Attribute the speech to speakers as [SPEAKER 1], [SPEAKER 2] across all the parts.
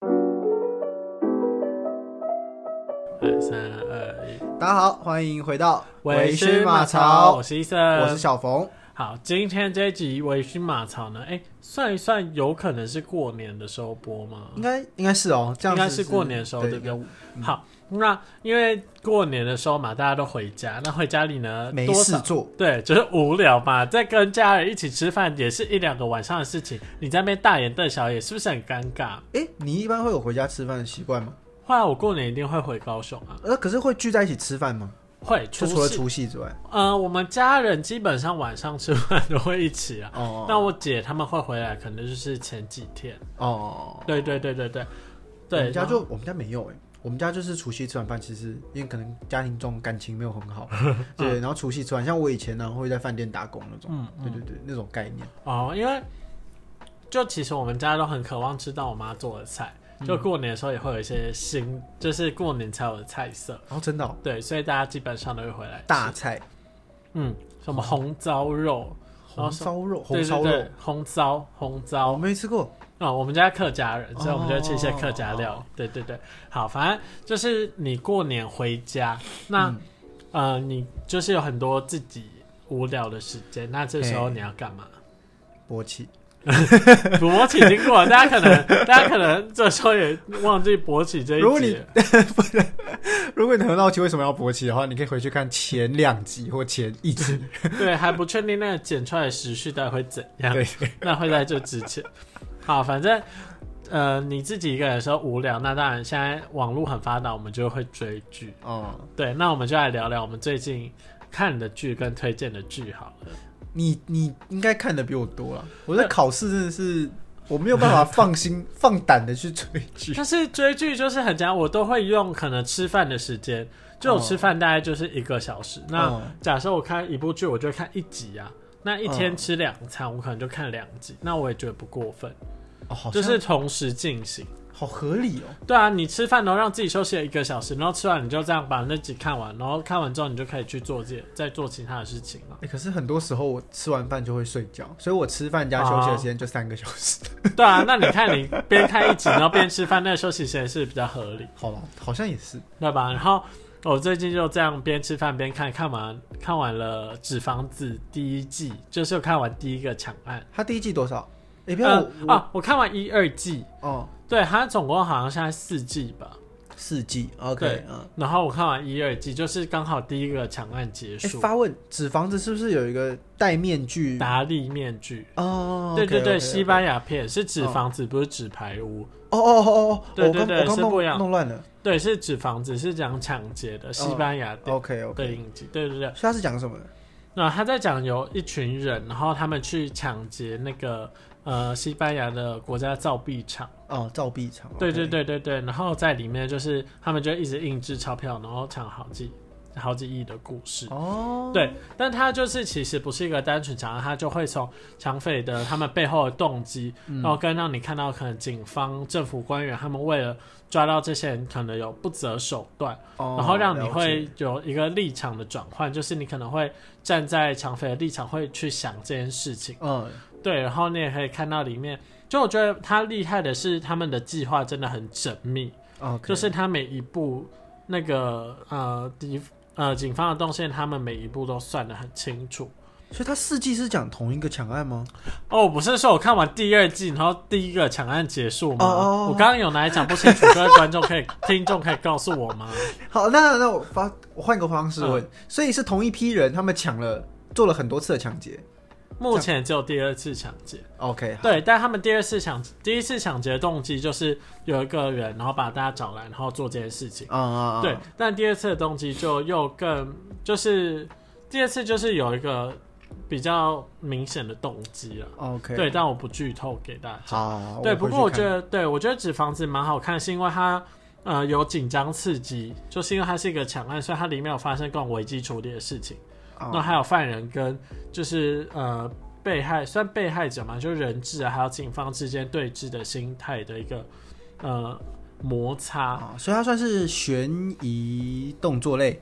[SPEAKER 1] 呃
[SPEAKER 2] 来，三二一，
[SPEAKER 1] 大家好，欢迎回到
[SPEAKER 2] 微醺马
[SPEAKER 1] 槽，
[SPEAKER 2] 我
[SPEAKER 1] 我
[SPEAKER 2] 是医生，
[SPEAKER 1] 是小冯。
[SPEAKER 2] 好，今天这一集微醺马槽呢，哎、算一算，有可能是过年的时候播吗？
[SPEAKER 1] 应该应该是哦，这
[SPEAKER 2] 应
[SPEAKER 1] 样子
[SPEAKER 2] 该是过年的时候，对
[SPEAKER 1] 对
[SPEAKER 2] 不对？好，那因为过年的时候嘛，大家都回家，那回家里呢，
[SPEAKER 1] 没
[SPEAKER 2] 多
[SPEAKER 1] 事
[SPEAKER 2] 少
[SPEAKER 1] 做，
[SPEAKER 2] 对，就是无聊嘛，在跟家人一起吃饭也是一两个晚上的事情，你在那边大眼瞪小眼，是不是很尴尬？
[SPEAKER 1] 哎，你一般会有回家吃饭的习惯吗？
[SPEAKER 2] 后来我过年一定会回高雄啊，
[SPEAKER 1] 呃，可是会聚在一起吃饭吗？
[SPEAKER 2] 会
[SPEAKER 1] 就
[SPEAKER 2] 除
[SPEAKER 1] 除了
[SPEAKER 2] 夕
[SPEAKER 1] 除夕之外，
[SPEAKER 2] 呃，我们家人基本上晚上吃饭都会一起啊。
[SPEAKER 1] 哦，
[SPEAKER 2] 那我姐他们会回来，可能就是前几天。
[SPEAKER 1] 哦，
[SPEAKER 2] 对对对对对，
[SPEAKER 1] 我
[SPEAKER 2] 对。
[SPEAKER 1] 们家
[SPEAKER 2] 然后
[SPEAKER 1] 就我们家没有哎、我们家就是除夕吃完饭，其实因为可能家庭中感情没有很 好，对，然后除夕吃完，像我以前呢会在饭店打工那种，
[SPEAKER 2] 嗯
[SPEAKER 1] 对对对，那种概念，
[SPEAKER 2] 哦，因为就其实我们家都很渴望吃到我妈做的菜，
[SPEAKER 1] 嗯
[SPEAKER 2] 就过年的时候也会有一些新，就是过年才有的菜色。
[SPEAKER 1] 然后真的哦、
[SPEAKER 2] 对，所以大家基本上都会回来吃
[SPEAKER 1] 大菜
[SPEAKER 2] 嗯，什么红糟肉，然
[SPEAKER 1] 红
[SPEAKER 2] 后什么
[SPEAKER 1] 烧肉，红
[SPEAKER 2] 对
[SPEAKER 1] 烧
[SPEAKER 2] 对
[SPEAKER 1] 肉
[SPEAKER 2] 对，红糟红糟
[SPEAKER 1] 我没吃过，
[SPEAKER 2] 哦，我们家客家人，所以我们就会吃一些
[SPEAKER 1] 哦
[SPEAKER 2] 客家料理。对对对，好，反正就是你过年回家，那、
[SPEAKER 1] 嗯
[SPEAKER 2] 呃，你就是有很多自己无聊的时间，那这时候
[SPEAKER 1] 嘿
[SPEAKER 2] 你要干嘛？
[SPEAKER 1] 勃起，
[SPEAKER 2] 勃起经过了， 大家可能大家可能这时候也忘记勃起这一集了。
[SPEAKER 1] 如果你如果你很好奇为什么要勃起的话，你可以回去看前两集或前一 集。
[SPEAKER 2] 对还不确定那个剪出来的时序到底会怎样，
[SPEAKER 1] 对，
[SPEAKER 2] 那会在这之前。好，反正呃你自己一个人的时候无聊，那当然现在网络很发达，我们就会追剧。
[SPEAKER 1] 哦、
[SPEAKER 2] 对，那我们就来聊聊我们最近看的剧跟推荐的剧好了。
[SPEAKER 1] 你你应该看的比我多了。我在考试真的是我没有办法 放心放胆的去追剧。
[SPEAKER 2] 但是追剧就是很讲，我都会用可能吃饭的时间，就我
[SPEAKER 1] 哦
[SPEAKER 2] 吃饭大概就是一个小时。那
[SPEAKER 1] 嗯
[SPEAKER 2] 假设我看一部剧，我就会看一集啊。那一天
[SPEAKER 1] 嗯
[SPEAKER 2] 吃两餐，我可能就看两集，那我也觉得不过分，
[SPEAKER 1] 哦，好像
[SPEAKER 2] 就是同时进行。
[SPEAKER 1] 好合理哦。
[SPEAKER 2] 对啊，你吃饭然后让自己休息了一个小时，然后吃完你就这样把那集看完，然后看完之后你就可以去做这再做其他的事情了。
[SPEAKER 1] 哎、可是很多时候我吃完饭就会睡觉，所以我吃饭加休息的时间就三个小 时。
[SPEAKER 2] 对啊，那你看你边看一集然后边吃饭，那个休息时间是比较合理。
[SPEAKER 1] 好吧，好像也是。
[SPEAKER 2] 对吧？然后我最近就这样边吃饭边看，看完看完了《纸房子》第一季，就是有看完第一个抢案。
[SPEAKER 1] 他第一季多少？哎、不要
[SPEAKER 2] 呃
[SPEAKER 1] 我、
[SPEAKER 2] 啊，我看完一二季，
[SPEAKER 1] 我哦，
[SPEAKER 2] 对，它总共好像现在四季吧。
[SPEAKER 1] 四季。
[SPEAKER 2] 对
[SPEAKER 1] OK，嗯。
[SPEAKER 2] 然后我看完一二季，就是刚好第一个抢案结
[SPEAKER 1] 哎、
[SPEAKER 2] 束，
[SPEAKER 1] 发问，纸房子是不是有一个戴面具？
[SPEAKER 2] 达利面具。
[SPEAKER 1] 哦，
[SPEAKER 2] 对对
[SPEAKER 1] OK，OK，OK
[SPEAKER 2] 对，西班牙片是纸
[SPEAKER 1] 哦
[SPEAKER 2] 房子，不是纸牌屋。
[SPEAKER 1] 哦哦哦哦，
[SPEAKER 2] 对
[SPEAKER 1] 我刚
[SPEAKER 2] 对对
[SPEAKER 1] 我刚
[SPEAKER 2] 是不一样
[SPEAKER 1] 弄弄乱了。
[SPEAKER 2] 对，是纸房子，是讲抢劫
[SPEAKER 1] 哦
[SPEAKER 2] 的，西班牙的
[SPEAKER 1] OK
[SPEAKER 2] 的
[SPEAKER 1] OK，
[SPEAKER 2] 影集。对对对，
[SPEAKER 1] 所以他是讲什么的？
[SPEAKER 2] 那他在讲有一群人，然后他们去抢劫那个呃西班牙的国家造币厂，
[SPEAKER 1] 哦，造币厂。
[SPEAKER 2] 对
[SPEAKER 1] OK
[SPEAKER 2] 对，对对对，然后在里面就是他们就一直印制钞票，然后抢好几好几亿的故事。
[SPEAKER 1] 哦，
[SPEAKER 2] 对，但他就是其实不是一个单纯抢案，他就会从抢匪的他们背后的动机，
[SPEAKER 1] 嗯
[SPEAKER 2] 然后跟让你看到可能警方、政府官员他们为了抓到这些人，可能有不择手段，
[SPEAKER 1] 哦，
[SPEAKER 2] 然后让你
[SPEAKER 1] 了解
[SPEAKER 2] 会有一个立场的转换，就是你可能会站在抢匪的立场，会去想这件事情。
[SPEAKER 1] 嗯
[SPEAKER 2] 对，然后你也可以看到里面，就我觉得他厉害的是他们的计划真的很缜密，
[SPEAKER 1] ，OK，
[SPEAKER 2] 就是他每一步那个呃敌呃警方的动线，他们每一步都算得很清楚。
[SPEAKER 1] 所以他四季是讲同一个抢案吗？
[SPEAKER 2] 哦，不是说我看完第二季，然后第一个抢案结束吗？
[SPEAKER 1] 哦哦哦
[SPEAKER 2] 我刚刚有哪一讲不清楚，各位观众可以 听众可以告诉我吗？
[SPEAKER 1] 好，那那我发我换个方式
[SPEAKER 2] 嗯
[SPEAKER 1] 问，所以是同一批人，他们抢了做了很多次的抢劫。
[SPEAKER 2] 目前只有第二次抢劫。
[SPEAKER 1] OK，好
[SPEAKER 2] 对，但他们第二次抢第一次抢劫的动机就是有一个人，然后把大家找来，然后做这件事情。
[SPEAKER 1] 啊啊，啊
[SPEAKER 2] 对，，但第二次的动机就又更就是第二次就是有一个比较明显的动机了。
[SPEAKER 1] ，OK，
[SPEAKER 2] 对，，但我不剧透给大家。
[SPEAKER 1] 好，
[SPEAKER 2] 对，
[SPEAKER 1] 回
[SPEAKER 2] 不
[SPEAKER 1] 去
[SPEAKER 2] 过我觉
[SPEAKER 1] 看
[SPEAKER 2] 得，对我觉得《纸房子》蛮好看，是因为它呃有紧张刺激，就是因为它是一个抢案，所以它里面有发生各种危机处理的事情。
[SPEAKER 1] 哦
[SPEAKER 2] 那还有犯人跟就是呃被害算被害者嘛，就是人质啊，还有警方之间对峙的心态的一个呃摩擦。
[SPEAKER 1] 哦啊，所以它算是悬疑动作类。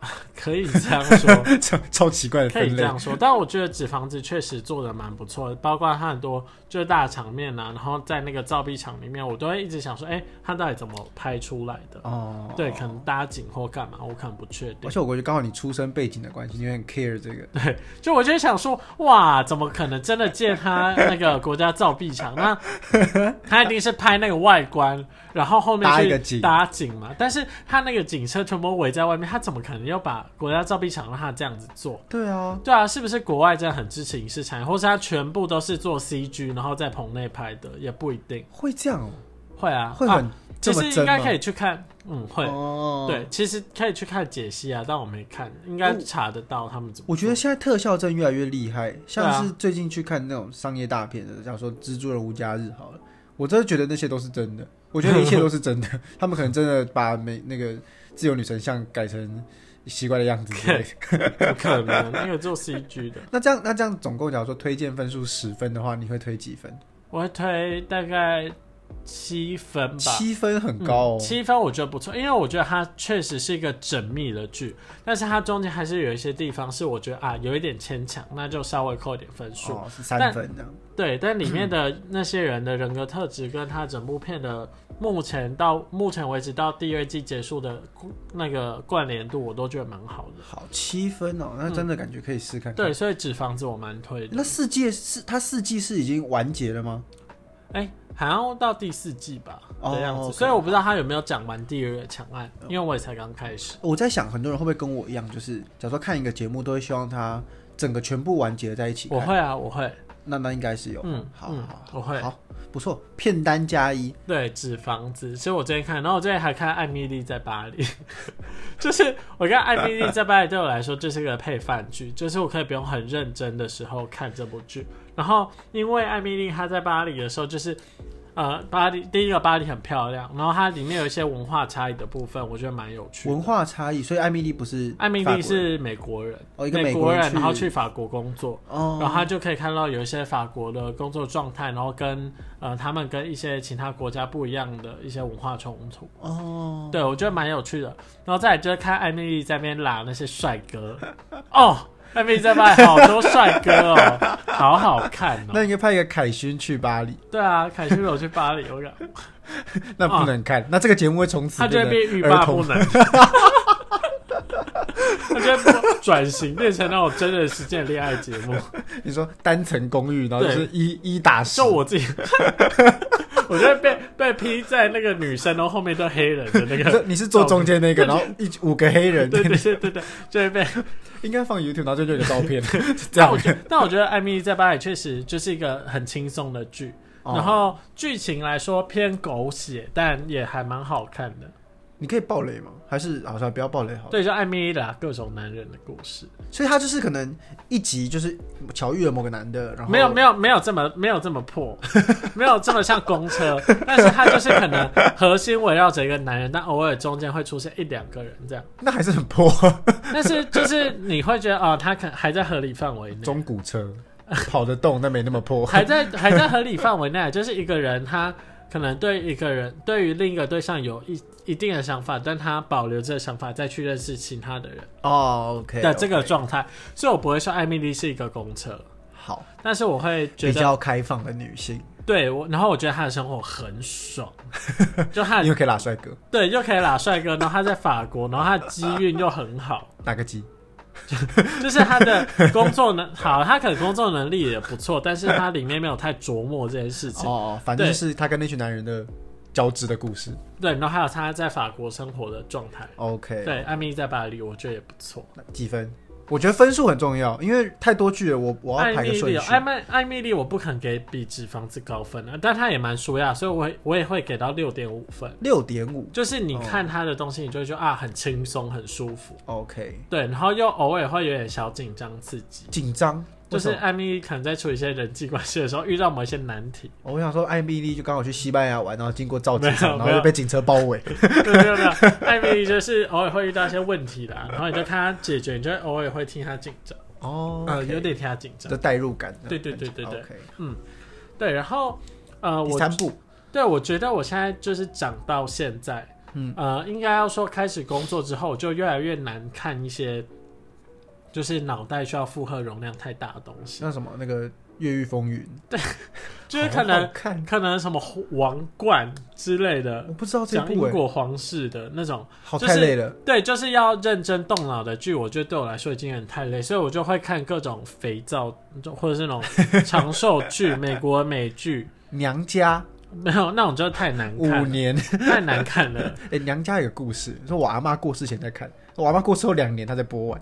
[SPEAKER 2] 可以这样说，
[SPEAKER 1] 超超奇怪的
[SPEAKER 2] 可以
[SPEAKER 1] 分
[SPEAKER 2] 这
[SPEAKER 1] 类。
[SPEAKER 2] 样说，但我觉得纸房子确实做的蛮不错的，包括它很多就是大场面啊，然后在那个造币厂里面，我都会一直想说，哎、它到底怎么拍出来的？
[SPEAKER 1] 哦，
[SPEAKER 2] 对，可能搭景或干嘛，我可能不确定
[SPEAKER 1] 而。且我觉得刚好你出身背景的关系，你有点 care 这个。
[SPEAKER 2] 对，就我就想说，哇，怎么可能真的借他那个国家造币厂？ 那他一定是拍那个外观，然后后面
[SPEAKER 1] 搭一个
[SPEAKER 2] 去
[SPEAKER 1] 景
[SPEAKER 2] 搭景嘛。但是他那个警车全部围在外面，他怎么可能要把国家造币厂让他这样子做？
[SPEAKER 1] 对啊，
[SPEAKER 2] 对啊，是不是国外真的很支持影视产业，或是他全部都是做 CG，然后在棚内拍的，也不一定
[SPEAKER 1] 会这样哦，
[SPEAKER 2] 会啊。
[SPEAKER 1] 会
[SPEAKER 2] 啊，
[SPEAKER 1] 很
[SPEAKER 2] 其
[SPEAKER 1] 这
[SPEAKER 2] 实
[SPEAKER 1] 么
[SPEAKER 2] 应
[SPEAKER 1] 真
[SPEAKER 2] 该
[SPEAKER 1] 吗？
[SPEAKER 2] 可以去看，嗯，会。
[SPEAKER 1] 哦，
[SPEAKER 2] 对，，其实可以去看解析啊，但我没看，应该查得到他们怎么做。
[SPEAKER 1] 我觉得现在特效真的越来越厉害，
[SPEAKER 2] 对啊
[SPEAKER 1] 像是最近去看那种商业大片的，像说《蜘蛛人无家日》好了，我真的觉得那些都是真的，我觉得一切都是 真的，他们可能真的把美那个自由女神像改成奇怪的样子之 类
[SPEAKER 2] 不
[SPEAKER 1] 的。
[SPEAKER 2] 可能，那个做 CG 的，
[SPEAKER 1] 那这样那这样总共假如说推荐分数十分的话，你会推几分？
[SPEAKER 2] 我会推大概七分吧。
[SPEAKER 1] 七分很高哦
[SPEAKER 2] 嗯，七分我觉得不错，因为我觉得它确实是一个缜密的剧，但是它中间还是有一些地方是我觉得啊有一点牵强，那就稍微扣一点分数。
[SPEAKER 1] 哦是三
[SPEAKER 2] 但
[SPEAKER 1] 分这样。
[SPEAKER 2] 对，但里面 的那些人的人格特质跟他整部片的目前到目前为止到第二季结束的那个关联度，我都觉得蛮好的。
[SPEAKER 1] 好，七分哦，那真的感觉可以试看看。
[SPEAKER 2] 对，所以纸房子我蛮推的。
[SPEAKER 1] 那四季是它四季是已经完结了吗？
[SPEAKER 2] 哎、好像到第四季吧
[SPEAKER 1] 哦
[SPEAKER 2] 的样子
[SPEAKER 1] OK 哦
[SPEAKER 2] 所以我不知道他有没有讲完第二个抢案，因为我也才刚开始。
[SPEAKER 1] 我在想，很多人会不会跟我一样，就是假如说看一个节目，都会希望它整个全部完结在一起
[SPEAKER 2] 我
[SPEAKER 1] 看。
[SPEAKER 2] 会啊，我会，
[SPEAKER 1] 那那应该是有，
[SPEAKER 2] 嗯
[SPEAKER 1] 好
[SPEAKER 2] 嗯
[SPEAKER 1] 好，
[SPEAKER 2] 我会
[SPEAKER 1] 好，不错，片单加一，
[SPEAKER 2] 对，纸房子。其实我最近看，然后我最近还看《艾米丽在巴黎》，就是我跟《艾米丽在巴黎》对我来说就是个配饭剧，就是我可以不用很认真的时候看这部剧。然后因为艾米丽她在巴黎的时候，就是呃，巴黎第一个巴黎很漂亮，然后它里面有一些文化差异的部分，我觉得蛮有趣的。
[SPEAKER 1] 文化差异，所以艾米丽不是
[SPEAKER 2] 艾米
[SPEAKER 1] 法
[SPEAKER 2] 丽
[SPEAKER 1] 国人
[SPEAKER 2] 是美国人，
[SPEAKER 1] 哦一个
[SPEAKER 2] 美
[SPEAKER 1] 美国人
[SPEAKER 2] 人，然后
[SPEAKER 1] 去
[SPEAKER 2] 去法国工作，
[SPEAKER 1] 哦，
[SPEAKER 2] 然后他就可以看到有一些法国的工作状态，然后跟呃他们跟一些其他国家不一样的一些文化冲突。
[SPEAKER 1] 哦，
[SPEAKER 2] 对，我觉得蛮有趣的。然后再来就是看艾米丽在那边拉那些帅哥， 哦，艾米丽在那边好多帅哥 哦，好好看哦。
[SPEAKER 1] 那应该派一个凯勋去巴黎，
[SPEAKER 2] 对啊，凯西罗去巴黎，我感
[SPEAKER 1] 那不能看，那这个节目会从此
[SPEAKER 2] 啊他就会变欲
[SPEAKER 1] 变成
[SPEAKER 2] 罢
[SPEAKER 1] 儿
[SPEAKER 2] 不
[SPEAKER 1] 童，
[SPEAKER 2] 能。他就会转型变成那种真人实践的恋爱节目。
[SPEAKER 1] 你说单层公寓，然后就
[SPEAKER 2] 对
[SPEAKER 1] 是一一打十
[SPEAKER 2] 就，我自己，我觉得被被披在那个女生，然后后面都黑人的那
[SPEAKER 1] 你
[SPEAKER 2] 个
[SPEAKER 1] 是，你是坐中间那个，
[SPEAKER 2] 照
[SPEAKER 1] 然后一五个黑人，
[SPEAKER 2] 对对对对对，就会被。
[SPEAKER 1] 应该放 YouTube，然后就有个照片， 这
[SPEAKER 2] 但我
[SPEAKER 1] 样。
[SPEAKER 2] 觉得，但我觉得《艾米丽在巴黎》确实就是一个很轻松的剧，
[SPEAKER 1] 哦
[SPEAKER 2] 然后剧情来说偏狗血，但也还蛮好看的。
[SPEAKER 1] 你可以爆雷吗？还是好像不要爆雷好了。
[SPEAKER 2] 对，就艾米丽啦，各种男人的故事，
[SPEAKER 1] 所以他就是可能一集就是巧遇了某个男的，然后
[SPEAKER 2] 没有没有没有这么没有这么破， 没有这么像公车，但是它就是可能核心围绕着一个男人，但偶尔中间会出现一两个人这样。
[SPEAKER 1] 那还是很破。
[SPEAKER 2] 但是就是你会觉得啊、他可还在合理范围内，
[SPEAKER 1] 中古车跑得动，但没那么 破。
[SPEAKER 2] 还在还在合理范围内， 就是一个人他可能对一个人对于另一个对象有一一定的想法，但他保留这个想法再去认识其他的人
[SPEAKER 1] 哦，OK
[SPEAKER 2] 的这个状态，所以我不会说艾米丽是一个公车，
[SPEAKER 1] 好，
[SPEAKER 2] 但是我会觉
[SPEAKER 1] 比
[SPEAKER 2] 得
[SPEAKER 1] 较开放的女性，
[SPEAKER 2] 对我，然后我觉得她的生活很 爽，就她
[SPEAKER 1] 因为可以拉帅哥，
[SPEAKER 2] 对又可以拉帅哥，然后她在法国，然后她的机运又很好。
[SPEAKER 1] 打个鸡。
[SPEAKER 2] 就是他的工作能好，他可能工作能力也不错，但是他里面没有太琢磨这件事情。
[SPEAKER 1] 哦，反正
[SPEAKER 2] 对
[SPEAKER 1] 就是他跟那群男人的交织的故事。
[SPEAKER 2] 对，然后还有他在法国生活的状态。
[SPEAKER 1] OK，
[SPEAKER 2] 对，艾米丽在巴黎，我觉得也不错。
[SPEAKER 1] 那几分？我觉得分数很重要，因为太多剧了，我我
[SPEAKER 2] 艾
[SPEAKER 1] 要排
[SPEAKER 2] 米
[SPEAKER 1] 个顺
[SPEAKER 2] 丽哦，
[SPEAKER 1] 序
[SPEAKER 2] 艾。麦艾米丽，我不肯给比脂肪子高分啊，但她也蛮舒压，所以我会我也会给到六点五分。
[SPEAKER 1] 六点五
[SPEAKER 2] 就是你看她的东西，你就会觉得啊，很轻松，很舒服。
[SPEAKER 1] ，OK，
[SPEAKER 2] 对，然后又偶尔会有点小紧张刺激，
[SPEAKER 1] 紧张。
[SPEAKER 2] 就
[SPEAKER 1] 为
[SPEAKER 2] 是
[SPEAKER 1] 什么
[SPEAKER 2] 艾米丽可能在处理一些人际关系的时候，遇到某一些难题，
[SPEAKER 1] 哦我想说，艾米丽就刚好去西班牙玩，然后经过造景
[SPEAKER 2] 没有
[SPEAKER 1] 场，然后
[SPEAKER 2] 没有
[SPEAKER 1] 就被警车包 围。
[SPEAKER 2] 对没有没有，艾米丽就是偶尔会遇到一些问题啦，然后你就看她解决，你就会偶尔会替她紧张，
[SPEAKER 1] 哦
[SPEAKER 2] 呃，
[SPEAKER 1] OK
[SPEAKER 2] 有点替她紧张
[SPEAKER 1] 的。代入感。啊
[SPEAKER 2] 对对对对对
[SPEAKER 1] OK，
[SPEAKER 2] 对，然后呃，
[SPEAKER 1] 第
[SPEAKER 2] 我
[SPEAKER 1] 三部
[SPEAKER 2] 对我觉得我现在就是长到现在，嗯，呃，应该要说开始工作之后，就越来越难看一些，就是脑袋需要负荷容量太大的东西，
[SPEAKER 1] 像什么那个《越狱风云》，
[SPEAKER 2] 就是可能
[SPEAKER 1] 好好看，
[SPEAKER 2] 可能什么王冠之类的，
[SPEAKER 1] 我不知道这
[SPEAKER 2] 讲
[SPEAKER 1] 部
[SPEAKER 2] 英
[SPEAKER 1] 哎、
[SPEAKER 2] 国皇室的那种，
[SPEAKER 1] 好
[SPEAKER 2] 就
[SPEAKER 1] 太
[SPEAKER 2] 是
[SPEAKER 1] 累了。
[SPEAKER 2] 对，就是要认真动脑的剧，我觉得对我来说已经很太累，所以我就会看各种肥皂，就或者是那种长寿剧、美国美剧，
[SPEAKER 1] 娘家
[SPEAKER 2] 没有那种就太难
[SPEAKER 1] 五
[SPEAKER 2] 看了，
[SPEAKER 1] 年，
[SPEAKER 2] 太难看了。
[SPEAKER 1] 哎、娘家有个故事，说我阿妈过世前在看，我阿妈过世后两年她才播完，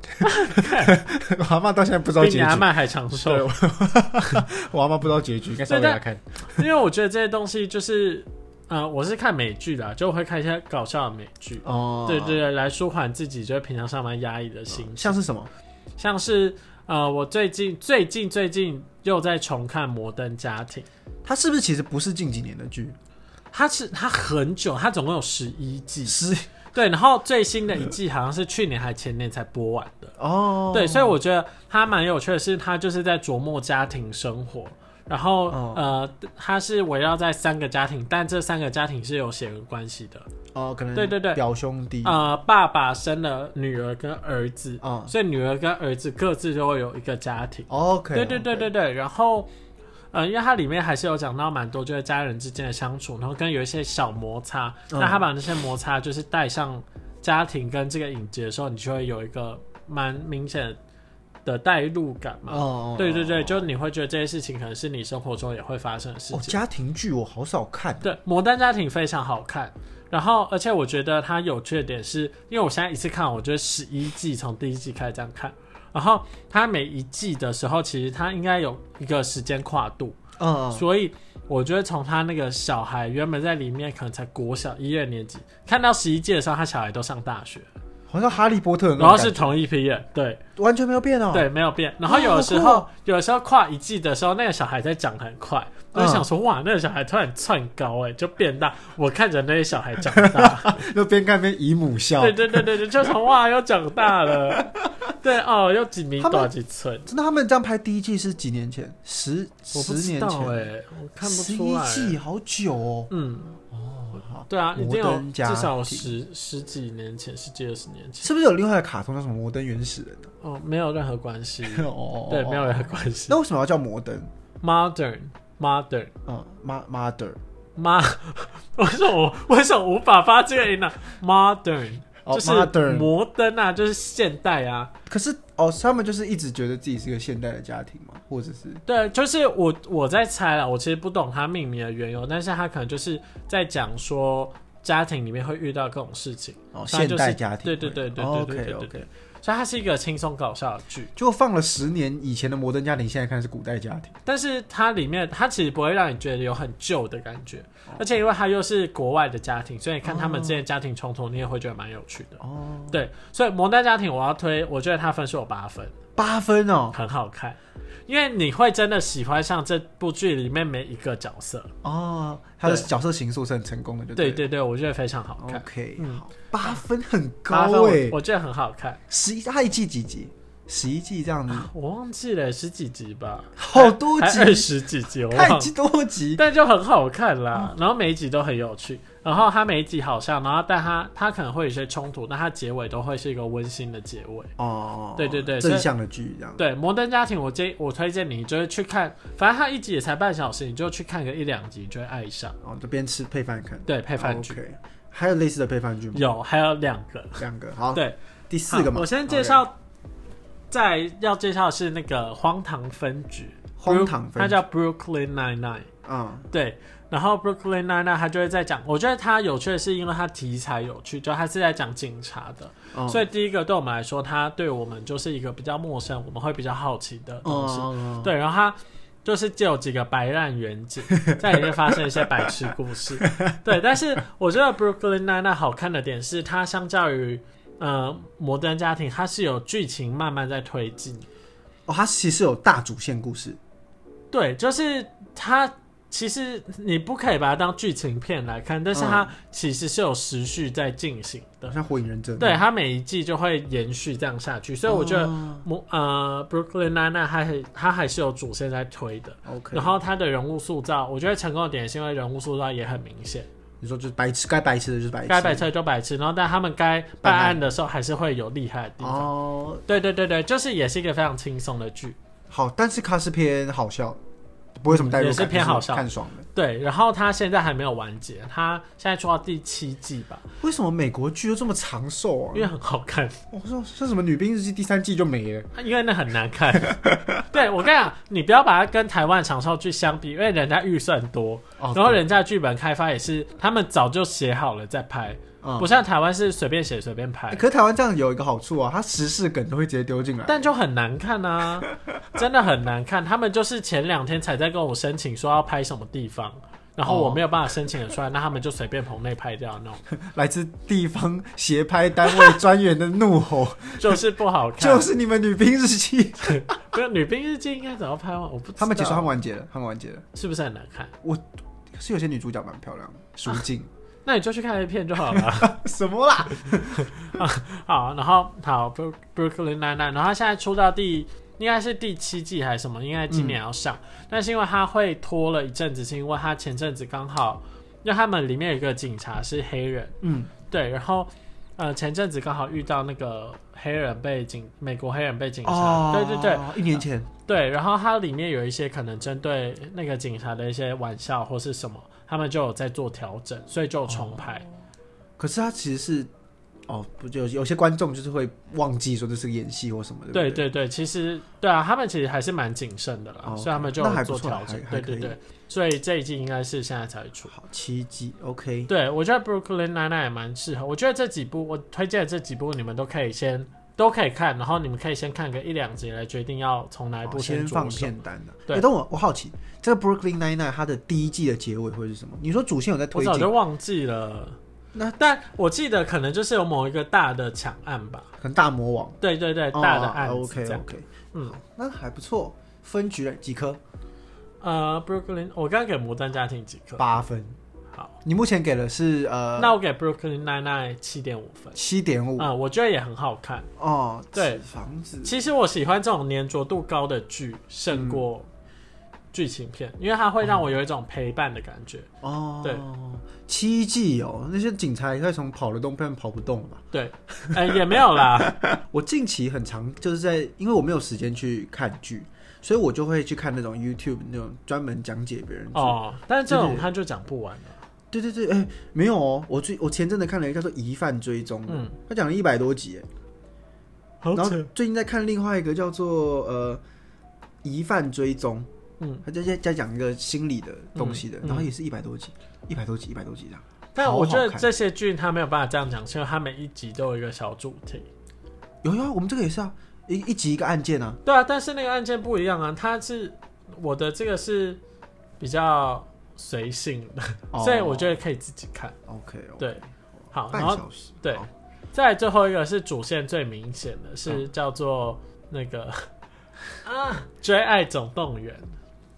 [SPEAKER 1] 我阿妈到现在不知道
[SPEAKER 2] 比
[SPEAKER 1] 结
[SPEAKER 2] 你阿
[SPEAKER 1] 局，
[SPEAKER 2] 曼还长
[SPEAKER 1] 对
[SPEAKER 2] 寿，
[SPEAKER 1] 我阿妈不知道结局，应该稍微
[SPEAKER 2] 对但
[SPEAKER 1] 来看。
[SPEAKER 2] 因为我觉得这些东西就是，呃，我是看美剧的，就会看一些搞笑的美剧，
[SPEAKER 1] 哦
[SPEAKER 2] 对对，对，来舒缓自己就是平常上班压抑的心情。
[SPEAKER 1] 像是什么？
[SPEAKER 2] 像是呃，我最近最近最近又在重看《摩登家庭》，
[SPEAKER 1] 它是不是其实不是近几年的剧？
[SPEAKER 2] 它是它很久，它总共有十一季，
[SPEAKER 1] 是
[SPEAKER 2] 对，然后最新的一季好像是去年还前年才播完的，
[SPEAKER 1] 哦，
[SPEAKER 2] 对，所以我觉得它蛮有趣的是，它就是在琢磨家庭生活。然后、
[SPEAKER 1] 哦
[SPEAKER 2] 呃，它是围绕在三个家庭，但这三个家庭是有血缘关系的。
[SPEAKER 1] 哦，可能
[SPEAKER 2] 对对对
[SPEAKER 1] 表兄弟
[SPEAKER 2] 呃，爸爸生了女儿跟儿子，
[SPEAKER 1] 嗯哦
[SPEAKER 2] 所以女儿跟儿子各自就会有一个家庭。
[SPEAKER 1] ，OK，
[SPEAKER 2] 对对对对对，然后，呃，因为它里面还是有讲到蛮多就是家人之间的相处，然后跟有一些小摩擦，
[SPEAKER 1] 嗯
[SPEAKER 2] 那他把那些摩擦就是带上家庭跟这个影集的时候，你就会有一个蛮明显的代入感嘛。
[SPEAKER 1] 哦，
[SPEAKER 2] 对对对，
[SPEAKER 1] 哦
[SPEAKER 2] 就你会觉得这些事情可能是你生活中也会发生的事
[SPEAKER 1] 哦，
[SPEAKER 2] 情。
[SPEAKER 1] 家庭剧我好少看，
[SPEAKER 2] 对，《摩登家庭》非常好看。然后，而且我觉得它有趣的点是，因为我现在一次看，我觉得十一季从第一季开始这样看，然后它每一季的时候，其实它应该有一个时间跨度，
[SPEAKER 1] 嗯，
[SPEAKER 2] 所以我觉得从他那个小孩原本在里面可能才国小一二年级，看到十一季的时候，他小孩都上大学，
[SPEAKER 1] 好像哈利波特那种
[SPEAKER 2] 然后是
[SPEAKER 1] 感觉
[SPEAKER 2] 同一批人，对
[SPEAKER 1] 完全没有变哦，
[SPEAKER 2] 对，没有变。然后有的时
[SPEAKER 1] 好酷
[SPEAKER 2] 候
[SPEAKER 1] 哦
[SPEAKER 2] 有的时候跨一季的时候，那个小孩在长很快，
[SPEAKER 1] 嗯
[SPEAKER 2] 我就想说哇，那个小孩突然窜高哎、就变大，我看着那些小孩长大。
[SPEAKER 1] 就边看边姨母笑，
[SPEAKER 2] 对对对对对，就从哇又长大 了，对哦，又几米
[SPEAKER 1] 他们
[SPEAKER 2] 多几寸，
[SPEAKER 1] 真的，他们这样拍第一季是几年前？十
[SPEAKER 2] 我
[SPEAKER 1] 十
[SPEAKER 2] 不知
[SPEAKER 1] 年
[SPEAKER 2] 道哎、
[SPEAKER 1] 前，
[SPEAKER 2] 我看不
[SPEAKER 1] 十
[SPEAKER 2] 出
[SPEAKER 1] 一
[SPEAKER 2] 来。欸
[SPEAKER 1] 季好久哦。
[SPEAKER 2] 嗯，
[SPEAKER 1] 哦，好，
[SPEAKER 2] 对啊，已经
[SPEAKER 1] 摩
[SPEAKER 2] 有
[SPEAKER 1] 登家
[SPEAKER 2] 至少
[SPEAKER 1] 庭
[SPEAKER 2] 十十几年前，十几二十年前，
[SPEAKER 1] 是不是有另外的卡通叫什么《摩登原始人
[SPEAKER 2] 哦，没有任何关系，》？
[SPEAKER 1] 哦
[SPEAKER 2] 对，没有。任何关系。
[SPEAKER 1] 那为什么要叫摩登？
[SPEAKER 2] Modern Modern
[SPEAKER 1] 嗯，ma-，mother。
[SPEAKER 2] 妈， 为什么我为什么无法发这个音呢？Modern
[SPEAKER 1] 哦
[SPEAKER 2] 就是
[SPEAKER 1] ，mother。
[SPEAKER 2] 摩登啊，就是现代啊。
[SPEAKER 1] 可是哦，他们就是一直觉得自己是个现代的家庭嘛，或者是
[SPEAKER 2] 对，就是我我在猜了，我其实不懂它命名的缘由，但是它可能就是在讲说家庭里面会遇到各种事情，
[SPEAKER 1] 哦
[SPEAKER 2] 所以
[SPEAKER 1] 现
[SPEAKER 2] 它就是
[SPEAKER 1] 代家庭。
[SPEAKER 2] 对
[SPEAKER 1] 哦
[SPEAKER 2] 对对对对对对
[SPEAKER 1] OK
[SPEAKER 2] 对对
[SPEAKER 1] OK。，
[SPEAKER 2] 所以它是一个轻松搞笑的剧，
[SPEAKER 1] 就放了十年以前的摩登家庭，现在看是古代家庭。
[SPEAKER 2] 但是它里面它其实不会让你觉得有很旧的感觉，
[SPEAKER 1] 哦
[SPEAKER 2] 而且因为它又是国外的家庭，所以你看他们之间的家庭冲突，你也会觉得蛮有趣的。
[SPEAKER 1] 哦，
[SPEAKER 2] 对，所以《摩登家庭》我要推，我觉得它分数有八分，
[SPEAKER 1] 八分哦。
[SPEAKER 2] 很好看，因为你会真的喜欢上这部剧里面每一个角色。
[SPEAKER 1] 哦，他的
[SPEAKER 2] 对
[SPEAKER 1] 角色形塑是很成功的，就
[SPEAKER 2] 对对
[SPEAKER 1] 对
[SPEAKER 2] 对，我觉得非常好看。
[SPEAKER 1] OK，
[SPEAKER 2] 嗯
[SPEAKER 1] 好，八分很
[SPEAKER 2] 八分
[SPEAKER 1] 高
[SPEAKER 2] 我
[SPEAKER 1] 哎。
[SPEAKER 2] 我觉得很好看，
[SPEAKER 1] 十一，它一季几集？十一季这样子，
[SPEAKER 2] 我忘记了十几集吧，
[SPEAKER 1] 好多
[SPEAKER 2] 啊还
[SPEAKER 1] 集，
[SPEAKER 2] 二十几集，我
[SPEAKER 1] 太
[SPEAKER 2] 忘了，
[SPEAKER 1] 多集。嗯
[SPEAKER 2] 但就很好看啦。然后每一集都很有趣，然后它每一集好像，然后但它它可能会有一些冲突，但它结尾都会是一个温馨的结尾。
[SPEAKER 1] 哦，
[SPEAKER 2] 对对对
[SPEAKER 1] 正向的剧这样。
[SPEAKER 2] 对《摩登家庭》，我建我推荐你就是去看，反正它一集也才半小时，你就去看个一两集，你就会爱上。
[SPEAKER 1] 哦，这边吃配饭看。哦
[SPEAKER 2] 对，配饭剧
[SPEAKER 1] OK，还有类似的配饭剧吗？
[SPEAKER 2] 有，还有两个。
[SPEAKER 1] 两个。好，
[SPEAKER 2] 对，
[SPEAKER 1] 第哦四个嘛，
[SPEAKER 2] 好我先介绍，在要介绍的是那个《荒唐分局》
[SPEAKER 1] 荒唐分
[SPEAKER 2] 它叫 Brooklyn Nine Nine。
[SPEAKER 1] OK。啊，
[SPEAKER 2] 对，然后 Brooklyn Nine Nine 它就会在讲，我觉得它有趣的是，因为它题材有趣，就它是在讲警察的，
[SPEAKER 1] 嗯
[SPEAKER 2] 所以第一个对我们来说，它对我们就是一个比较陌生，我们会比较好奇的东西。
[SPEAKER 1] 哦，
[SPEAKER 2] 对，然后它。就是就有几个白烂远景在里面发生一些白痴故事，对。但是我觉得 Brooklyn Nine Nine 好看的点是，它相较于呃摩登家庭，它是有剧情慢慢在推进。
[SPEAKER 1] 哦，它其实有大主线故事。
[SPEAKER 2] 对，就是它其实你不可以把它当剧情片来看，但是它其实是有时序在进行的。
[SPEAKER 1] 好像《火影忍者》
[SPEAKER 2] 对，，它每一季就会延续这样下去，所以我觉得
[SPEAKER 1] 哦
[SPEAKER 2] 摩、呃 Brooklyn Nine Nine 它还它还是有主线在推的。
[SPEAKER 1] OK，
[SPEAKER 2] 然后他的人物塑造，我觉得成功的点是因为人物塑造也很明显，
[SPEAKER 1] 你说就是白痴，该白痴的就是白痴，
[SPEAKER 2] 该白痴的就白痴，然后但他们该办案的时候还是会有厉害的地方。
[SPEAKER 1] 哦。
[SPEAKER 2] 对对对对，就是也是一个非常轻松的剧。
[SPEAKER 1] 好，但是它是偏好笑，不会什么代入
[SPEAKER 2] 也
[SPEAKER 1] 感，
[SPEAKER 2] 是偏好笑
[SPEAKER 1] 就是看爽的。
[SPEAKER 2] 对，然后它现在还没有完结，它现在出到第七季吧，
[SPEAKER 1] 为什么美国剧都这么长寿啊
[SPEAKER 2] 因？为很好看，
[SPEAKER 1] 我说像什么《女兵日记》第三季就没了，
[SPEAKER 2] 因为那很难看。 对我跟你讲，你不要把它跟台湾长寿剧相比，因为人家预算多，
[SPEAKER 1] 哦
[SPEAKER 2] 然后人家剧本开发也是他们早就写好了再拍，
[SPEAKER 1] 啊、
[SPEAKER 2] 不像台湾是随便写随便拍
[SPEAKER 1] 欸。可是台湾这样有一个好处啊，它时事梗都会直接丢进来。
[SPEAKER 2] 但就很难看啊， 真的很难看。他们就是前两天才在跟我申请说要拍什么地方，然后我
[SPEAKER 1] 哦
[SPEAKER 2] 没有办法申请得出来，那他们就随便棚内拍掉那种，
[SPEAKER 1] 来自地方协拍单位专员的怒吼，
[SPEAKER 2] 就是不好看。
[SPEAKER 1] 就是你们女兵日记。
[SPEAKER 2] 没有女兵日记应该怎么拍吗？我不知道。
[SPEAKER 1] 他们结束，他们完结了，他们完结了。
[SPEAKER 2] 是不是很难看？
[SPEAKER 1] 可是有些女主角蛮漂 亮的，舒静、
[SPEAKER 2] 那你就去看 A 片就好了。
[SPEAKER 1] 什么啦？
[SPEAKER 2] 好，然后好，Bro-，Brooklyn Nine Nine，然后它现在出到第应该是第七季还是什么，应该今年要上。
[SPEAKER 1] 嗯
[SPEAKER 2] 但是因为它会拖了一阵子，是因为它前阵子刚好，因为他们里面有一个警察是黑人，
[SPEAKER 1] 嗯，
[SPEAKER 2] 对，然后呃前阵子刚好遇到那个黑人被警，美国黑人被警察，
[SPEAKER 1] 哦，
[SPEAKER 2] 对对对，
[SPEAKER 1] 一年前，
[SPEAKER 2] 对，然后它里面有一些可能针对那个警察的一些玩笑或是什么，他们就有在做调整，所以就有重拍。
[SPEAKER 1] 可是他其实是。哦，不就有有些观众就是会忘记说这是个演戏或什么的，
[SPEAKER 2] 对
[SPEAKER 1] 哦不对
[SPEAKER 2] 对对，其实对啊，他们其实还是蛮谨慎的啦，
[SPEAKER 1] 哦
[SPEAKER 2] 所以他们就
[SPEAKER 1] 那
[SPEAKER 2] 有
[SPEAKER 1] 还不
[SPEAKER 2] 做
[SPEAKER 1] 错
[SPEAKER 2] 调整
[SPEAKER 1] 还。
[SPEAKER 2] 对
[SPEAKER 1] 还可
[SPEAKER 2] 对
[SPEAKER 1] 以
[SPEAKER 2] 对，所以这一季应该是现在才会出。
[SPEAKER 1] 好七季，OK，
[SPEAKER 2] 对，我觉得《Brooklyn Nine-Nine》也蛮适合。我觉得这几部我推荐的这几部，你们都可以先都可以看，然后你们可以先看个一两集来决定要从哪一部
[SPEAKER 1] 好先
[SPEAKER 2] 着
[SPEAKER 1] 放
[SPEAKER 2] 手。
[SPEAKER 1] 片单的、啊。
[SPEAKER 2] 对
[SPEAKER 1] 欸但我我好奇，这个 Brooklyn Nine Nine 它的第一季的结尾会是什么？你说主线有在
[SPEAKER 2] 我
[SPEAKER 1] 推
[SPEAKER 2] 早
[SPEAKER 1] 进
[SPEAKER 2] 就，忘记了。
[SPEAKER 1] 那
[SPEAKER 2] 但我记得可能就是有某一个大的抢案吧，
[SPEAKER 1] 可能大魔王哦
[SPEAKER 2] 对对对，大的案子
[SPEAKER 1] OK
[SPEAKER 2] 这样。
[SPEAKER 1] OK，
[SPEAKER 2] 嗯，
[SPEAKER 1] 那还不错，分局人几颗？
[SPEAKER 2] 呃，Brooklyn，我刚刚给《摩登家庭》几颗，
[SPEAKER 1] 八分。
[SPEAKER 2] 好，
[SPEAKER 1] 你目前给的是呃
[SPEAKER 2] 那我给 Brooklyn Nine Nine 七点五分。
[SPEAKER 1] 七点五
[SPEAKER 2] 嗯，我觉得也很好看。
[SPEAKER 1] 哦，
[SPEAKER 2] 对
[SPEAKER 1] 纸房子
[SPEAKER 2] 其实我喜欢这种粘着度高的剧胜过
[SPEAKER 1] 嗯
[SPEAKER 2] 剧情片，因为它会让我有一种陪伴的感觉。
[SPEAKER 1] 哦，
[SPEAKER 2] 对，
[SPEAKER 1] 七季哦，那些警察也快从跑得动变成跑不动了吧？
[SPEAKER 2] 对，
[SPEAKER 1] 嗯
[SPEAKER 2] 哎、也没有啦。
[SPEAKER 1] 我近期很常就是在，因为我没有时间去看剧，所以我就会去看那种 YouTube 那种专门讲解别人剧。
[SPEAKER 2] 哦，但是这
[SPEAKER 1] 对
[SPEAKER 2] 种
[SPEAKER 1] 对
[SPEAKER 2] 它就讲不完了。
[SPEAKER 1] 对对对，哎、没有哦，我最我前阵子看了一个叫做《疑犯追踪》的，
[SPEAKER 2] 嗯
[SPEAKER 1] 他讲了一百多集，
[SPEAKER 2] 好
[SPEAKER 1] 然后
[SPEAKER 2] 扯，
[SPEAKER 1] 最近在看另外一个叫做呃《疑犯追踪》，
[SPEAKER 2] 嗯，
[SPEAKER 1] 他就在在讲一个心理的东西的，
[SPEAKER 2] 嗯嗯
[SPEAKER 1] 然后也是一百多集，一百多集，一百多集这样。
[SPEAKER 2] 但
[SPEAKER 1] 好
[SPEAKER 2] 我觉
[SPEAKER 1] 好
[SPEAKER 2] 得
[SPEAKER 1] 看
[SPEAKER 2] 这些剧它没有办法这样讲，是因为它每一集都有一个小主题。
[SPEAKER 1] 有有啊，我们这个也是啊，一一集一个案件啊，
[SPEAKER 2] 对啊，但是那个案件不一样啊，它是我的这个是比较随性的，
[SPEAKER 1] 哦
[SPEAKER 2] 所以我觉得可以自己看。
[SPEAKER 1] OK 哦，
[SPEAKER 2] 对，好，
[SPEAKER 1] 半
[SPEAKER 2] 然后
[SPEAKER 1] 小时，
[SPEAKER 2] 对
[SPEAKER 1] 好
[SPEAKER 2] 再来最后一个是主线最明显的是叫做那个、啊《 追爱总动员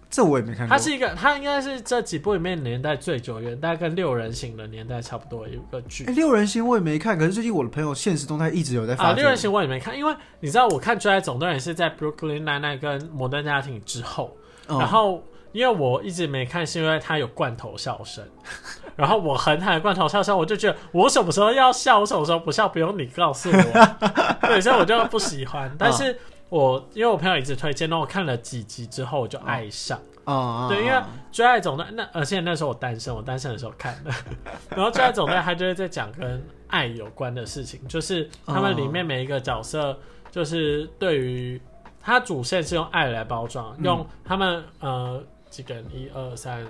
[SPEAKER 1] 这我也没》，看过，
[SPEAKER 2] 它是一个，它应该是这几部里面年代最久远，大概跟六人行的年代差不多有一个剧。
[SPEAKER 1] 哎六人行我也没看，可是最近我的朋友现实动态一直有在发
[SPEAKER 2] 啊，
[SPEAKER 1] 这
[SPEAKER 2] 六
[SPEAKER 1] 个
[SPEAKER 2] 人行我也没看，因为你知道，我看《追爱总动员》是在《Brooklyn Nine Nine》跟《摩登家庭》之后，
[SPEAKER 1] 嗯
[SPEAKER 2] 然后因为我一直没看，是因为它有罐头笑声， 然后我很讨厌罐头笑声，我就觉得我什么时候要笑，我什么时候不笑，不用你告诉我，对，所以我就不喜欢。但是我因为我朋友一直推荐，那我看了几集之后，我就爱上。
[SPEAKER 1] 啊啊，
[SPEAKER 2] 对，因
[SPEAKER 1] 啊
[SPEAKER 2] 为《追爱总动员》那而且那时候我单身，我单身的时候看的。 然后《追爱总动员》它就会在讲跟爱有关的事情，就是他们里面每一个角色，就是对于它主线是用爱来包装，
[SPEAKER 1] 嗯
[SPEAKER 2] 用他们呃几个人，一二三，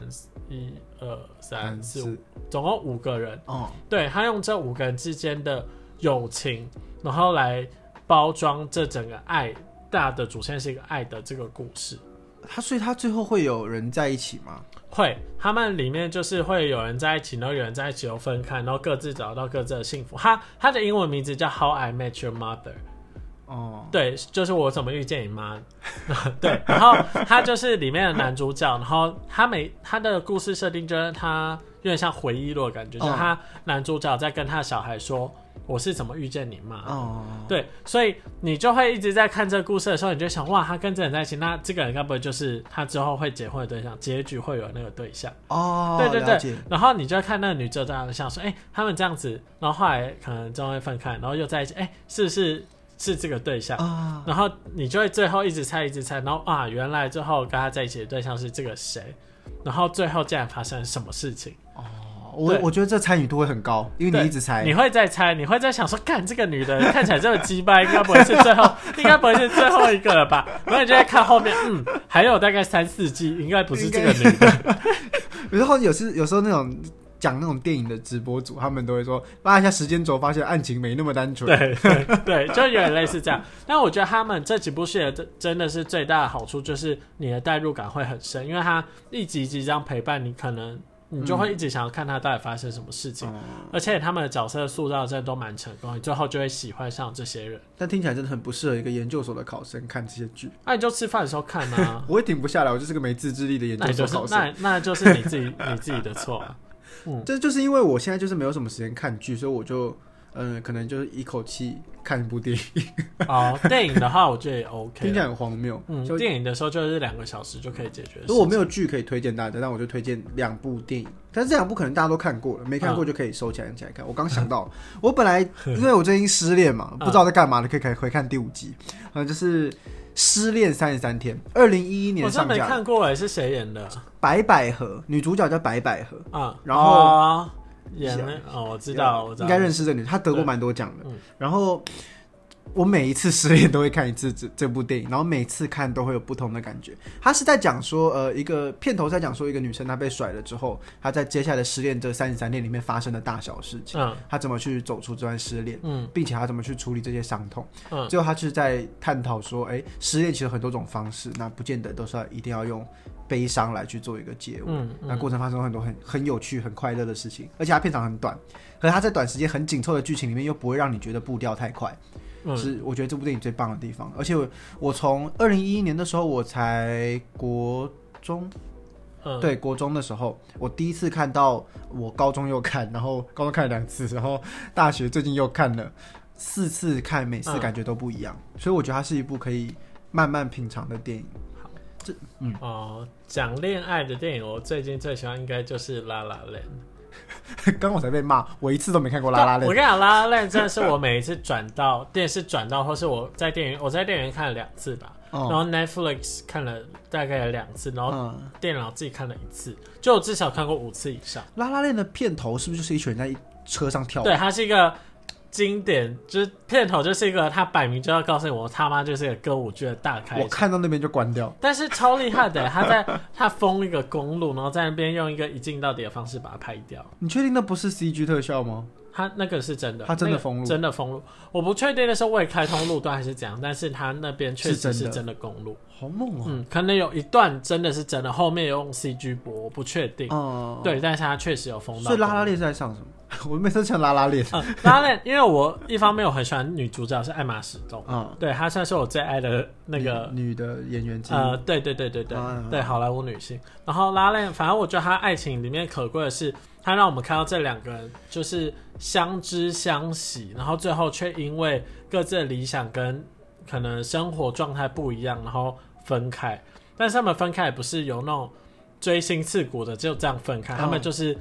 [SPEAKER 2] 一二三四五，总共五个人，
[SPEAKER 1] 哦，
[SPEAKER 2] 对他用这五个人之间的友情，然后来包装这整个爱大的主线是一个爱的这个故事。
[SPEAKER 1] 他所以他最后会有人在一起吗？
[SPEAKER 2] 会，他们里面就是会有人在一起，然后有人在一起又分开，然后各自找到各自的幸福。他他的英文名字叫《How I Met Your Mother》，
[SPEAKER 1] 哦，
[SPEAKER 2] 对，就是我怎么遇见你妈。 对，然后他就是里面的男主角，然后他每他的故事设定就是他有点像回忆录的感觉，就是
[SPEAKER 1] 嗯
[SPEAKER 2] 他男主角在跟他小孩说，我是怎么遇见你妈。
[SPEAKER 1] 哦，
[SPEAKER 2] 对，所以你就会一直在看这个故事的时候，你就想，哇，他跟这个人在一起，那这个人该不会就是他之后会结婚的对象？结局会有那个对象。
[SPEAKER 1] 哦，
[SPEAKER 2] 对对
[SPEAKER 1] 了
[SPEAKER 2] 对
[SPEAKER 1] 解，
[SPEAKER 2] 然后你就看那个女就这样想说，哎、他们这样子，然后后来可能终于分开，然后又在一起，哎、是不是是这个对象？
[SPEAKER 1] 啊，
[SPEAKER 2] 然后你就会最后一直猜，一直猜，然后啊，原来最后跟他在一起的对象是这个谁，然后最后竟然发生什么事情？
[SPEAKER 1] 哦我
[SPEAKER 2] 对
[SPEAKER 1] 我觉得这参与度会很高，因为
[SPEAKER 2] 对
[SPEAKER 1] 你一直猜
[SPEAKER 2] 你，会在猜，你会在想说，干这个女的 看起来这么鸡巴，应该不会是最后， 应该不会是最后一个了吧？然后你就在看后面，嗯，还有大概三四季，应该不是这个女的，
[SPEAKER 1] 然后有时有时候那种讲那种电影的直播组，他们都会说拉一下时间轴，发现案情没那么单纯。
[SPEAKER 2] 对对对，就有点类似这样。但我觉得他们这几部戏的真真的是最大的好处，就是你的代入感会很深，因为他一集一集这样陪伴你，可能你就会一直想要看他到底发生什么事情。
[SPEAKER 1] 嗯哦
[SPEAKER 2] 而且他们的角色塑造真的都蛮成功，你最后就会喜欢上这些人。
[SPEAKER 1] 但听起来真的很不适合一个研究所的考生看这些剧，，
[SPEAKER 2] 那、你就吃饭的时候看啊
[SPEAKER 1] 我也停不下来，我就是个没自制力的研
[SPEAKER 2] 那
[SPEAKER 1] 究
[SPEAKER 2] 你就
[SPEAKER 1] 所
[SPEAKER 2] 是
[SPEAKER 1] 考生。
[SPEAKER 2] 那那就是你自己你自己的错、啊。
[SPEAKER 1] 这就是因为我现在就是没有什么时间看剧，所以我就嗯、呃可能就是一口气看一部电影，
[SPEAKER 2] 哦，电影的话我觉得也 OK
[SPEAKER 1] 听起
[SPEAKER 2] 啦。
[SPEAKER 1] 来很荒谬。
[SPEAKER 2] 嗯，
[SPEAKER 1] 就
[SPEAKER 2] 电影的时候就是两个小时就可以解决的事情。
[SPEAKER 1] 如果我没有剧可以推荐大家，但我就推荐两部电影。但是这两部可能大家都看过了，没看过就可以收起来起来看。我刚想到，
[SPEAKER 2] 嗯
[SPEAKER 1] 我本来因为我最近失恋嘛，不知道在干嘛的，可以可以回看第五集。嗯，就是《失恋三十三天》，二零一一年
[SPEAKER 2] 我真
[SPEAKER 1] 上
[SPEAKER 2] 没
[SPEAKER 1] 架，
[SPEAKER 2] 看过哎，是谁演的
[SPEAKER 1] 白百合，女主角叫白百合，
[SPEAKER 2] 啊？
[SPEAKER 1] 然后
[SPEAKER 2] 哦演那哦，我知道，我知道，
[SPEAKER 1] 应该认
[SPEAKER 2] 识。
[SPEAKER 1] 识这女，她得过蛮多奖的
[SPEAKER 2] 对嗯。
[SPEAKER 1] 然后我每一次失恋都会看一次这这部电影，然后每次看都会有不同的感觉。她是在讲说，呃，一个片头在讲说一个女生她被甩了之后，她在接下来失恋这三十三天里面发生的大小事情，
[SPEAKER 2] 嗯
[SPEAKER 1] 她怎么去走出这段失恋，
[SPEAKER 2] 嗯
[SPEAKER 1] 并且她怎么去处理这些伤痛。
[SPEAKER 2] 嗯，
[SPEAKER 1] 最后她是在探讨说，哎，失恋其实有很多种方式，那不见得都是要一定要用悲伤来去做一个结尾。
[SPEAKER 2] 嗯
[SPEAKER 1] 那
[SPEAKER 2] 嗯
[SPEAKER 1] 过程发生很多很很有趣、很快乐的事情，而且它片长很短，可是它在短时间很紧凑的剧情里面又不会让你觉得步调太快，
[SPEAKER 2] 嗯
[SPEAKER 1] 是我觉得这部电影最棒的地方。而且我我从二零一一年的时候我才国中，
[SPEAKER 2] 嗯，
[SPEAKER 1] 对国中的时候，我第一次看到，我高中又看，然后高中看了两次，然后大学最近又看了四次看，每次
[SPEAKER 2] 嗯
[SPEAKER 1] 感觉都不一样，所以我觉得它是一部可以慢慢品尝的电影。 嗯
[SPEAKER 2] 哦，讲恋爱的电影，我最近最喜欢应该就是《拉拉链》。
[SPEAKER 1] 刚我才被骂，我一次都没看过《拉拉
[SPEAKER 2] 但
[SPEAKER 1] 链
[SPEAKER 2] 我》。跟你讲，《拉拉链》真的是我每一次转到电视转到，或是我在电影我在电影院看了两次吧，然
[SPEAKER 1] 哦，
[SPEAKER 2] 后 Netflix 看了大概有两次，然后
[SPEAKER 1] 嗯。
[SPEAKER 2] 电脑自己看了一次，就我至少看过五次以上。
[SPEAKER 1] 拉拉链的片头是不是就是一群人在一车上跳舞？
[SPEAKER 2] 对，它是一个经典，就是片头就是一个，它摆明就要告诉你，我他妈就是一个歌舞剧的大开
[SPEAKER 1] 我
[SPEAKER 2] 场。
[SPEAKER 1] 看到那边就关掉。
[SPEAKER 2] 但是超厉害的，欸他在他封一个公路，然后在那边用一个一镜到底的方式把它拍掉。
[SPEAKER 1] 你确定那不是 CG 特效吗？
[SPEAKER 2] 他那个是真的，
[SPEAKER 1] 它真的
[SPEAKER 2] 那个
[SPEAKER 1] 封路
[SPEAKER 2] 真的封路。我不确定的是未开通路段还是怎样，但是他那边确实
[SPEAKER 1] 是真
[SPEAKER 2] 是
[SPEAKER 1] 的
[SPEAKER 2] 真的公路。
[SPEAKER 1] 好猛哦！
[SPEAKER 2] 嗯，可能有一段真的是真的，后面有用 CG 播，我不确定。
[SPEAKER 1] 哦，
[SPEAKER 2] 嗯对，但是他确实有封到
[SPEAKER 1] 所以
[SPEAKER 2] 公路。
[SPEAKER 1] 拉拉链是在上什么？ 我每次唱拉拉链。
[SPEAKER 2] 嗯，拉链，因为我一方面我很喜欢女主角是艾玛史东，
[SPEAKER 1] 嗯，
[SPEAKER 2] 对她算是我最爱的那个
[SPEAKER 1] 女女的演员之一。
[SPEAKER 2] 呃，对对对对对、
[SPEAKER 1] 啊
[SPEAKER 2] 对，好莱坞女星。然后拉链，反正我觉得她爱情里面可贵的是，她让我们看到这两个人就是相知相惜，然后最后却因为各自的理想跟可能生活状态不一样，然后分开。但是他们分开也不是有那种锥心刺骨的就这样分开，他们
[SPEAKER 1] 嗯
[SPEAKER 2] 就是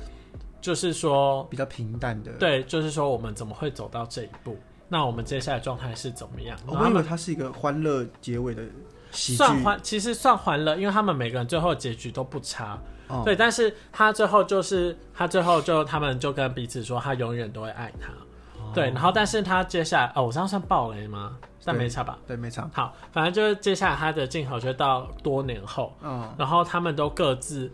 [SPEAKER 2] 就是说
[SPEAKER 1] 比较平淡的。，
[SPEAKER 2] 对，就是说我们怎么会走到这一步？那我们接下来状态是怎么样？然后
[SPEAKER 1] 我
[SPEAKER 2] 他
[SPEAKER 1] 以为
[SPEAKER 2] 们
[SPEAKER 1] 它是一个欢乐结尾的喜剧。
[SPEAKER 2] 算还，其实算还了，因为他们每个人最后结局都不差。
[SPEAKER 1] 哦
[SPEAKER 2] 对，但是他最后就是他最后就他们就跟彼此说，他永远都会爱他。对，然后但是他接下来，哦，我这样算暴雷吗？但
[SPEAKER 1] 哦对
[SPEAKER 2] 没差吧？
[SPEAKER 1] 对，没差。
[SPEAKER 2] 好，反正就是接下来他的镜头就到多年后，
[SPEAKER 1] 嗯，
[SPEAKER 2] 然后他们都各自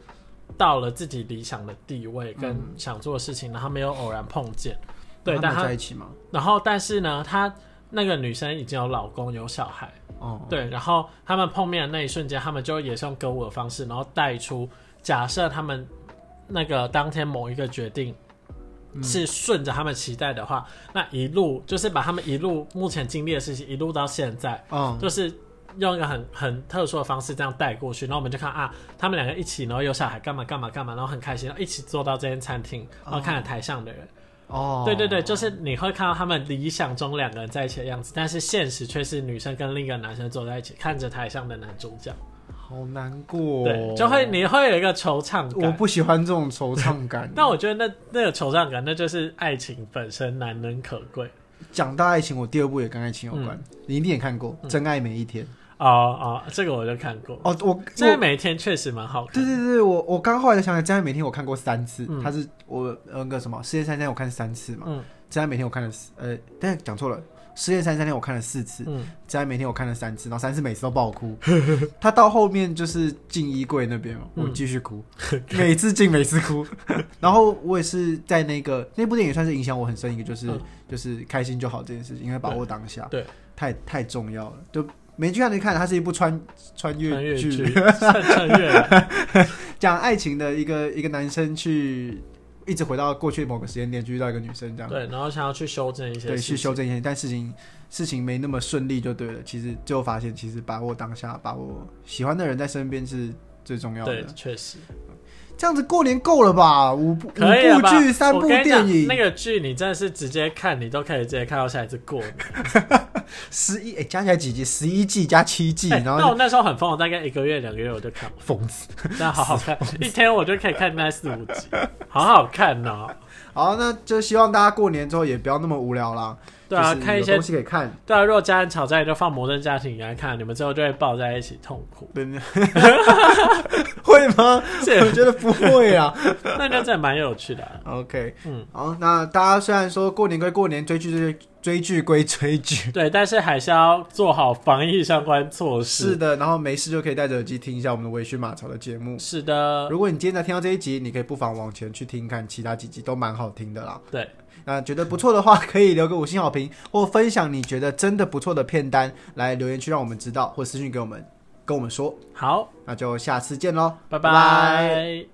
[SPEAKER 2] 到了自己理想的地位跟想做的事情，然后没有偶然碰见。对，
[SPEAKER 1] 嗯他
[SPEAKER 2] 但
[SPEAKER 1] 们
[SPEAKER 2] 他
[SPEAKER 1] 有在一起吗？
[SPEAKER 2] 然后但是呢，她那个女生已经有老公有小孩，
[SPEAKER 1] 哦，
[SPEAKER 2] 对，然后他们碰面的那一瞬间，他们就也是用歌舞的方式，然后带出假设他们那个当天某一个决定。是顺着他们期待的话，那一路就是把他们一路目前经历的事情一路到现在，
[SPEAKER 1] 嗯，
[SPEAKER 2] 就是用一个很很特殊的方式这样带过去，然后我们就看啊，他们两个一起，然后有小孩干嘛干嘛干嘛，然后很开心，然后一起坐到这间餐厅，然后看着台上的人，
[SPEAKER 1] 哦，
[SPEAKER 2] 对对对，就是你会看到他们理想中两个人在一起的样子，但是现实却是女生跟另一个男生坐在一起，看着台上的男主角，
[SPEAKER 1] 好难过、哦，
[SPEAKER 2] 对，就会你会有一个惆怅
[SPEAKER 1] 我
[SPEAKER 2] 感。
[SPEAKER 1] 不喜欢这种惆怅感
[SPEAKER 2] 。但我觉得那那个惆怅感，那就是爱情本身难能可贵。
[SPEAKER 1] 讲到爱情，我第二部也跟爱情有关，
[SPEAKER 2] 嗯
[SPEAKER 1] 你一定也看过《真爱每一天》
[SPEAKER 2] 哦哦，这个我就看过，
[SPEAKER 1] 哦，我
[SPEAKER 2] 这个
[SPEAKER 1] 我
[SPEAKER 2] 每天确实蛮好看
[SPEAKER 1] 对
[SPEAKER 2] 的。
[SPEAKER 1] 对对，我我刚后来才想起来，《真爱每天》我看过三次，
[SPEAKER 2] 嗯
[SPEAKER 1] 它是我呃那个什么《失恋三三天》我看三次嘛，
[SPEAKER 2] 嗯
[SPEAKER 1] 真爱每天》我看了四，呃，但是讲错了，《失恋三三天》我看了四次，
[SPEAKER 2] 嗯，
[SPEAKER 1] 真爱每天》我看了三次，然后三次每次都爆哭， 他到后面就是进衣柜那边嘛，
[SPEAKER 2] 嗯
[SPEAKER 1] 我继续 哭，每次进每次哭， 然后我也是在那个那部电影也算是影响我很深一个，就是、
[SPEAKER 2] 嗯
[SPEAKER 1] 就是开心就好这件事情，因为把握当下，
[SPEAKER 2] 对，
[SPEAKER 1] 太太重要了，就。没去看就看，它是一部穿穿
[SPEAKER 2] 穿
[SPEAKER 1] 越
[SPEAKER 2] 越
[SPEAKER 1] 剧，
[SPEAKER 2] 剧，穿穿越了，
[SPEAKER 1] 讲爱情的一个一个男生去一直回到过去某个时间点去遇到一个女生这样，
[SPEAKER 2] 对，然后想要去修正一些
[SPEAKER 1] 对，
[SPEAKER 2] 事
[SPEAKER 1] 去
[SPEAKER 2] 情。
[SPEAKER 1] 修正一些，但事情事情没那么顺利就对了。其实最后发现，其实把握当下，把握喜欢的人在身边是最重要
[SPEAKER 2] 对
[SPEAKER 1] 的，。
[SPEAKER 2] 确实
[SPEAKER 1] 这样子过年够了吧？五部五
[SPEAKER 2] 可以了
[SPEAKER 1] 部
[SPEAKER 2] 吧
[SPEAKER 1] 剧，三
[SPEAKER 2] 我
[SPEAKER 1] 部
[SPEAKER 2] 跟你讲
[SPEAKER 1] 电影
[SPEAKER 2] 那，个剧你真的是直接看，你都可以直接看到下一次过年。
[SPEAKER 1] 十一哎，加起来几集？十一季加七季，
[SPEAKER 2] 哎
[SPEAKER 1] 然
[SPEAKER 2] 那我
[SPEAKER 1] 后
[SPEAKER 2] 那时候很疯，我大概一个月、两个月我就看完，
[SPEAKER 1] 疯子。
[SPEAKER 2] 那好好 看，一天我就可以看那四五集，好好看哦。
[SPEAKER 1] 好，那就希望大家过年之后也不要那么无聊啦。
[SPEAKER 2] 对啊，
[SPEAKER 1] 就是
[SPEAKER 2] 看一
[SPEAKER 1] 有
[SPEAKER 2] 些
[SPEAKER 1] 东西可以看。
[SPEAKER 2] 对啊，如果家人吵架，你就放《摩登家庭》给他看，你们最后就会抱在一起痛 哭。
[SPEAKER 1] 对会 吗？
[SPEAKER 2] 这
[SPEAKER 1] 我觉得不 会啊。
[SPEAKER 2] 那就真的蛮有趣的啊、
[SPEAKER 1] OK，
[SPEAKER 2] 嗯，
[SPEAKER 1] 好，那大家虽然说过年归过年，追剧追追剧归追剧，
[SPEAKER 2] 对，但是还是要做好防疫相关措
[SPEAKER 1] 是
[SPEAKER 2] 施。
[SPEAKER 1] 的，然后没事就可以戴着耳机听一下我们的微醺马槽的节目。
[SPEAKER 2] 是的，
[SPEAKER 1] 如果你今天才听到这一集，你可以不妨往前去听看其他几集，都蛮好听的啦。
[SPEAKER 2] 对，
[SPEAKER 1] 那觉得不错的话，可以留个五星好评，或分享你觉得真的不错的片单来留言区让我们知道，或私信给我们，跟我们说。
[SPEAKER 2] 好，
[SPEAKER 1] 那就下次见喽，
[SPEAKER 2] 拜拜